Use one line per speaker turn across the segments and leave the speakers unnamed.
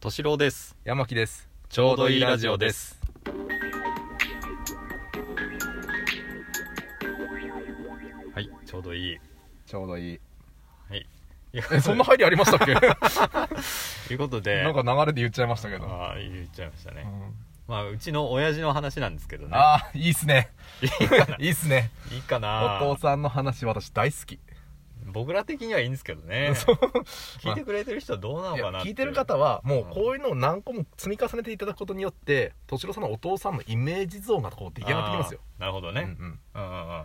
敏郎です。
山木です
ちょうどいいラジオです。はい、ちょうどいい。
ちょうどいい
はい。 いや
えそんな入りありました っけ
ということで、
なんか流れで言っちゃいましたけど、
ああ、言っちゃいましたね。
うん
まあ、うちの親父の話なんですけどね。
あーいいっすね
いいかな
いいっすね
いいかな
お父さんの話私大好き
僕ら的にはいいんですけどね。
そう
聞いてくれてる人はどうなの
いや
かな
聞いてる方はもう
うん
こういうのを何個も積み重ねていただくことによって敏郎さんのお父さんのイメージ像がこう出
出
来上がってきますよ、。
あーなるほど
う
ね。
んうん
うんうんうん。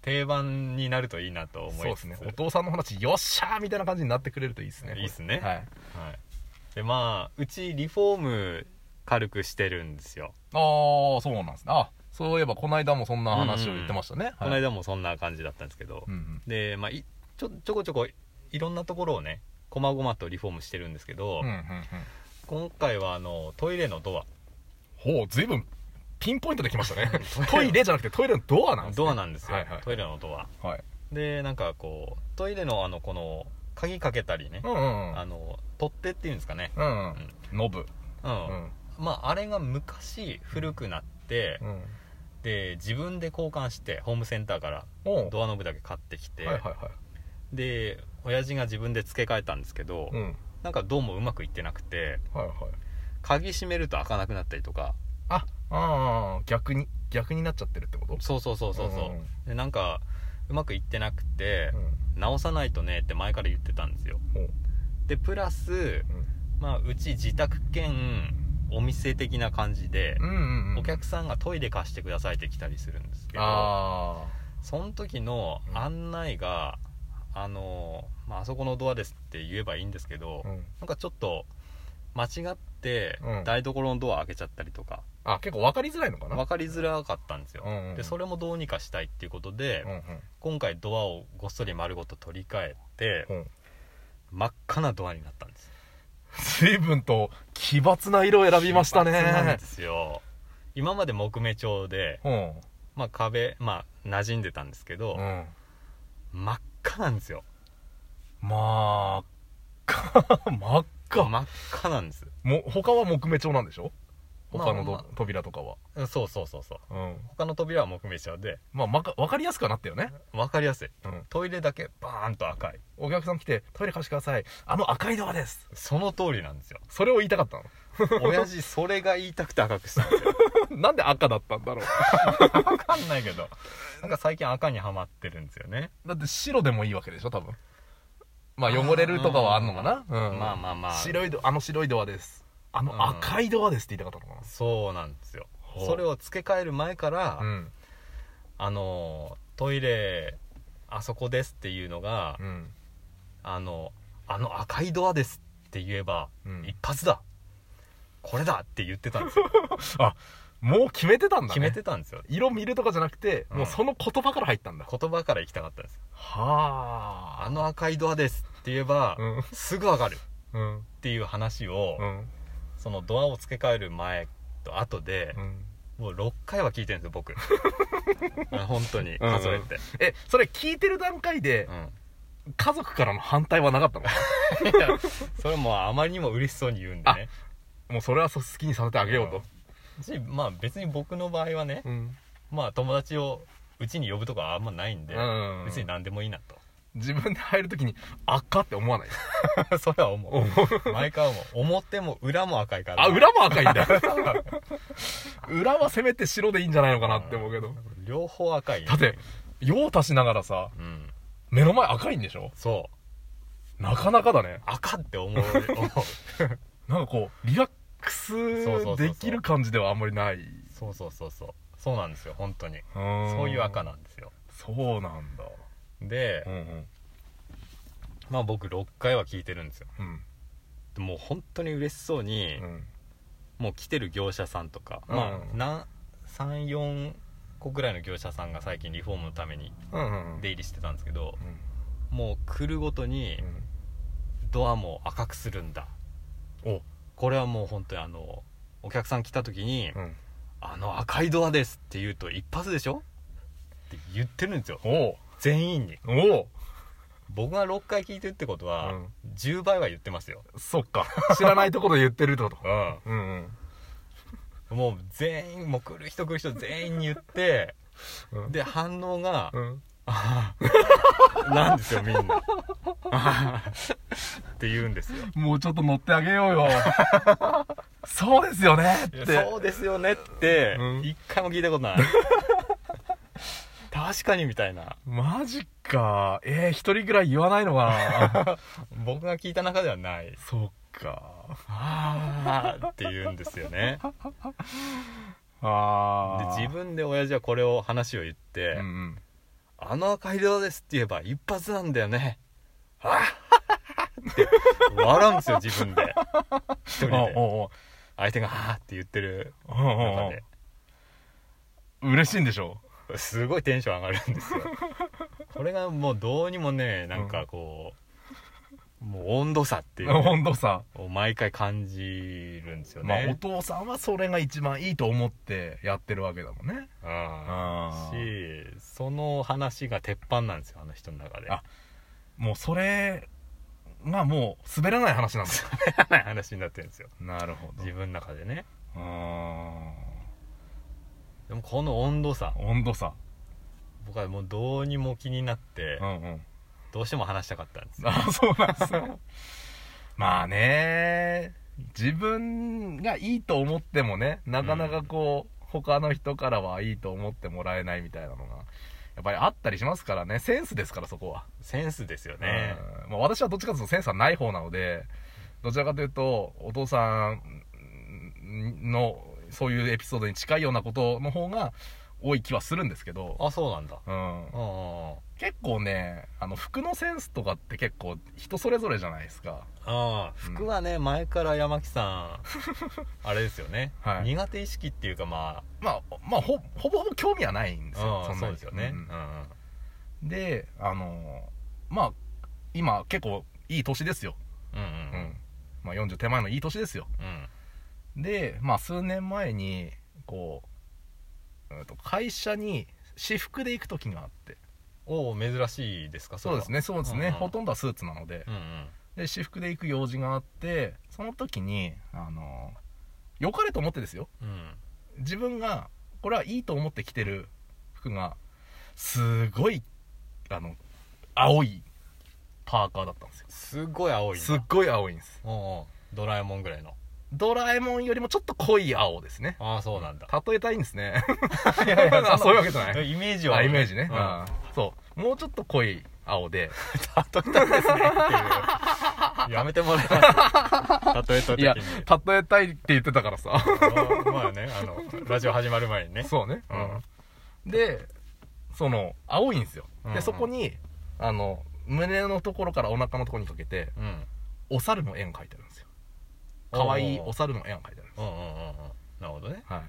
定番になるといいなと思いつつ
そうですねお父さんの話よっしゃーみたいな感じになってくれるといいですね
いいっすね
はい、
はい、でまあうちリフォーム軽くしてるんですよ、
ああそうなんですねあそういえばこの間もそんな話を言ってましたね、
この
はい
間もそんな感じだったんですけど、
うんうん
でまあいちょちょこちょこいろんなところをねこまごまとリフォームしてるんですけど、
うんうんうん
今回はあのトイレのド
ほう随分ピンポイントできましたね
ト
ト
イレ
イレじゃなくてトイレのドアなん
ア
です、ね、
ドアなんですよ、
はいはい
トイレのドア
はい
でなんかこうトイレのあのこの鍵かけたりね、
うんうん
あの取っ手っていうんですかね
うんうんノブ
うん、
うん
まああれが昔古くなって、
うん
で自分で交換してホームセンターから
おう
ドアノブだけ買ってきて、
はいはいは
で親父が自分で付け替えたんですけど、
いうん
なんかどうもうまくいってなくて
はいはい
鍵閉めると開かなくなったりとか
ああー逆に逆になっちゃってるってこと
そうそうそうそうそう、
うんうんうん
でなんかうまくいってなくて、
うん
直さないとねって前から言ってたんですよ
ほう
でプラス、まあ、うち自宅兼お店的な感じで
う、んうんうん
お客さんがトイレ貸してくださいって来たりするんですけど
あ
その時の案内が、あの、まああそこのドアですって言えばいいんですけど、
あうん
なんかちょっと間違って
うん
台所のドア開けちゃったりとか、
あ結構分かりづらいのかな
分かりづらかったんですよ、
うんうんうん
でそれもどうにかしたいっていうことで、
うんうん
今回ドアをごっそり丸ごと取り替えて、
ほう
真っ赤なドアになったんです
随分と奇抜な色を選びました
奇抜なん
ね
ですよ今まで木目調で、
ほ
まあ、壁まあ馴染んでたんですけ
う
ど、
うん
真っ赤なんですよ
まあか真っ赤
真っ赤なんです
も他は木目調なんでしょ
まあ
他のど
ま
扉とかは
うんそうそうそうそう
うん
他の扉は木目調で
まあまか分かりやすくはなったよね
分かりやすい
うん
トイレだけバーンと赤い
お客さん来てトイレ貸してくださいあの赤いドアです
その通りなんですよ
それを言いたかった
親父それが言いたくて赤 くしたんですよ
の なんで赤だったんだろう
分かんないけどなんか最近赤にはまってるんですよね
だって白でもいいわけでしょ多分まあ汚れるとかはあんのかなうん
まあまあまあ
白いドあの白いドアですあ
う
の
ん
赤いドアですって言いたかったのか
そうなんですよ
ほう
それを付け替える前から、
なうん
あのトイレあそこですっていうのが、
うん
あのあの赤いドアですって言えば、
うん
一発だこれだって言ってたん ですよ、
もう決めてたんだ
決
ね
めてたんですよ
色見るとかじゃなくて、
うん
もうその言葉から入ったんだ
言葉から行きたかったんです
は
あの赤いドアですって言えば、
うん
すぐ上がるっ
うん
ていう話を、
うん
そのドアを付け替える前と後で、
うん
もう6回は聞いてるんですよ 僕あ本当に
うんうん
数えて、
えそれ聞いてる段階で
うん
家族からの反対はなかったの
いやそれもうあまりにも嬉しそうに言うんでね
もうそれはそう好きにさせてあげようと
しまあ別に僕の場合はね、
うん、
まあ友達をうちに呼ぶとかはあんまないんで、
うん
別に何でもいいなと
自分で入るときに赤って思わない
それは思う毎回思う表も裏も赤いから
あ裏も赤いんだ裏はせめて白でいいんじゃないのかなって思うけど
両方赤い
だって用足しながらさ
うん
目の前赤いんでしょ
そう
なかなかだね
赤って思う思う
なんかこうリラック
そうそうそうそう
スできる感じではあんまりない
そうそうそうそうそうなんですよ本当に
そ
そういう赤なんですよ
そうなんだ
で、
うんうん
まあ僕6回は聞いてるんですよ
うん
でもう本当に嬉しそうに、
うん
もう来てる業者さんとか、
うん
まあな34個ぐらいの業者さんが最近リフォームのために
うんうん
出入りしてたんですけど
うん
もう来るごとにドアも赤くするんだ
お
これはもう本当にあのお客さん来た時に
うん
「あの赤いドアです」って言うと一発でしょって言ってるんですよ
おう
全員に
おう
僕が6回聞いてるってことは、
うん
10倍は言ってますよ、
そっか。知らないところで言ってるってこと。
うん、
うんうん。
もう全員もう来る人来る人全員に言って
うん
で反応が
うん。
「なんですよみんな」 って言うんですよ
もうちょっと乗ってあげようよ。 そうですよねっ
いや
て。
そうですよねって
うん
一回も聞いたことない 確かにみたいな
マジか。えー、一人ぐらい言わないのかな。
僕が聞いた中ではない
そっか。
ああって言うんですよね
あ
で
あ。
自分で親父はこれを話を言って
うんうん。
「あの赤い電話です」って言えば一発なんだよねあははははって笑うんですよ自分で一人
あ
で
お
相手が「あ」って言ってる
うおうおうお
中
う
で
おう嬉しいんでしょ
すごいテンション上がるんですよこれがもうどうにもねなんかこう、もう温度差っていうの
本当さ。
を毎回感じるんですよ
まあ、お
ね、
父さんはそれが一番いいと思ってやってるわけだもんね。あ
うん
ー
しその話が鉄板なんですよあの人の中で
あもうそれがもう滑らない話なんだよ。
ない 話になってるんですよ
なるほど。
自分の中でね
うーん
でもこの温度差
温度差。
僕はもうどうにも気になって
うんうん。
どうしても話したかったんですよ
あそうなんです ねまあね自分がいいと思ってもねなかなかこう、他の人からはいいと思ってもらえないみたいなのがやっぱりあったりしますからねセンスですからそこは、
センスですよね
うんまあ、私はどっちかというとセンスはない方なのでどちらかというとお父さんうんのそういうエピソードに近いようなことの方が多い気はするんですけど、
あそうなんだ
うん
う、んうんうん
結構ねあの服のセンスとかって結構人それぞれじゃないですか
ああ服はね、前から山木 さんあれですよね、
はい
苦手意識っていうかま
まあ、まあ、ほほぼほぼ興味はないんですよ
あ、うん
ん
そ
な
う
に
ですよね、うん
うんであのーまあ今結構いい年ですよ、
うんうん
う
うんん
まあ、40手前のいい年ですよ
うん
でまあ数年前にこう、うんと会社に私服で行く時があって
おお珍しいですか
そうです
ね
ねそうですね、
うんうん
ほとんどはスーツなので,、
うんうん
で私服で行く用事があってその時にあのー良かれと思ってですよ
うん
自分がこれはいいと思って着てる服がすごいあの青いパーカーだったんですよ
すごい青いんだ
すっごい青いんです
おうおうドラえもんぐらいの
ドラえもんよりもちょっと濃い青ですね
ああそうなんだ
例えたいんですね
い
やい やそういうわけじゃない
イメージは
あイメージね、
う
うん
ん、
そうもうちょっと濃い青 で
例えたんですねっていうやめてもらえます 例えた時
い
に
や例えたいって言ってたか らさ
あのまあねあのラジオ始まる前にね
そうね、うん、でその青いんですよ、
うんう
で
ん
そこにあの胸のところからお腹のところにかけて
うん
お猿の絵が描いてあるんですよ可愛い
おう
お猿の絵が描いてあるんです
うんうんうんうんなるほどね
はい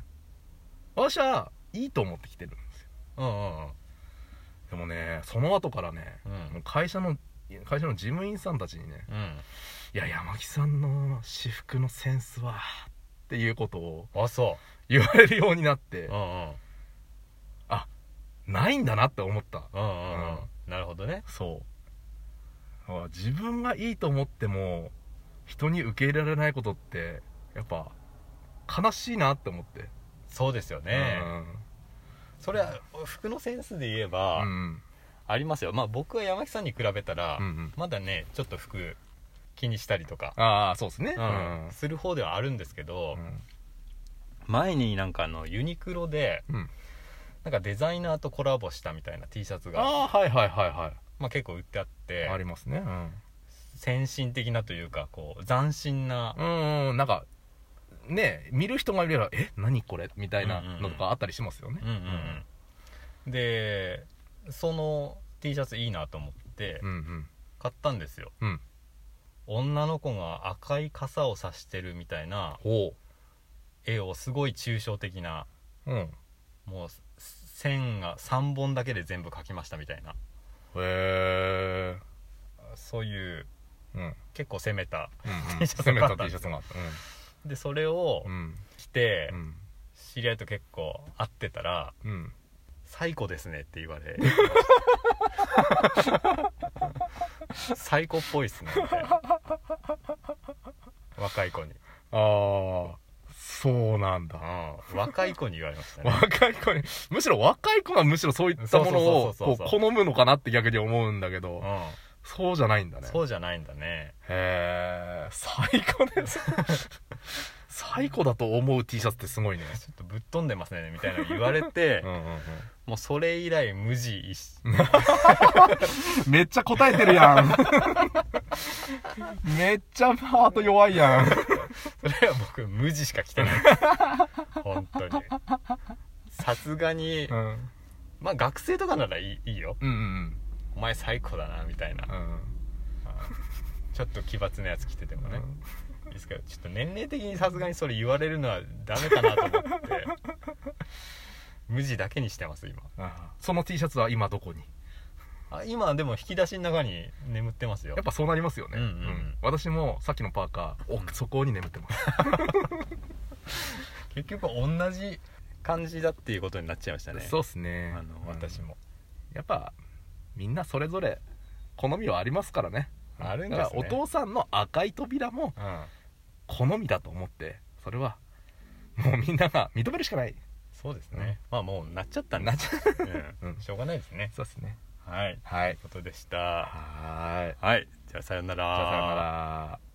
私はいいと思ってきてるんですよ
うんうんうん
でもねその後からね、
うん
もう会社の会社の事務員さんたちにね
う
「いや山木さんの私服のセンスは」っていうことを
ん。あ、そ
言われるようになって、
う。うんうん。
ないんだなって思った
うんうんうん
うん。
なるほどね。
そうあ自分がいいと思っても人に受け入れられないことってやっぱ悲しいなって思って
そうですよね。それは、服のセンスで言え
うん、う
ば、
ん
ありますよ。まあ僕は山木さんに比べたら
うんう、ん、
まだね、ちょっと服気にしたりとか、
ああそうですね
うんする方ではあるんですけど、前になんかあの、ユニクロで、
うん
なんかデザイナーとコラボしたみたいな T シャツが、
ああはいはいはいは
まあ結構売ってあっ
い、
て
あ、りますね
先進的なというか、こう、斬新な
う、ん、うん、なんかね見る人がいれば「え何これ?」みたいなのとかあったりしますよね
うんうんうん。で、その T シャツいいなと思って、
うんうん
買ったんですよ
うん
女の子が赤い傘を差してるみたいな
ほ
絵をすごい抽象的な
ううんへ
もう線が3本だけで全部描きましたみたいな
え
そういう
うんうん
結構攻めた
うん
T シャツ
攻め
があ
た
った
T シャツがあった
でそれを
うん
着て
うん
知り合いと結構会ってたら
うん
「最古ですね」って言われ最高っぽいっすねみたいな若い子に、
ああそうなんだ
うん、若い子に言われましたね
若い子にむしろ若い子がむしろそういったものを
そうそうそうそう
こ
そう
う好むのかなって逆に思 うんだけど
う
そうじゃないんだ
ん
ね
そうじゃないんだね
へえ最高です 最高だと思う T シャツってすごいね
ちょっとぶっ飛んでますねみたいなの言われて、
うんうんうん
もうそれ以来無事一し
めっちゃ答えてるや んめっちゃハート弱いやん
それは僕無地しか着 てない本当にさすがに、
うんうん
まあ学生とかならいいいいよ
うん
お前最高だなみたいな、
うんうん
ちょっと奇抜なやつ着ててもね、いいですけどちょっと年齢的にさすがにそれ言われるのはダメかなと思 って無地だけにしてます今
あその T シャツは今どこに
あ今でも引き出しの中に眠ってますよ
やっぱそうなりますよね、
うんうん
私もさっきのパーカー奥底に眠ってます
結局同じ感じだっていうことになっちゃいましたね
そうっすね
あの私も、
やっぱみんなそれぞれ好みはありますからね
あるんで
だ
す
か
ね
らお父さんの赤い扉も
うん
好みだと思ってそれはもうみんなが認めるしかない
そうですね、まあもうなっちゃったんで
なっちゃ
うん
うん
しょうがないですね
そうですね
はい
はい
ということでした
はーい
はいじゃあさようなら
じゃあさようなら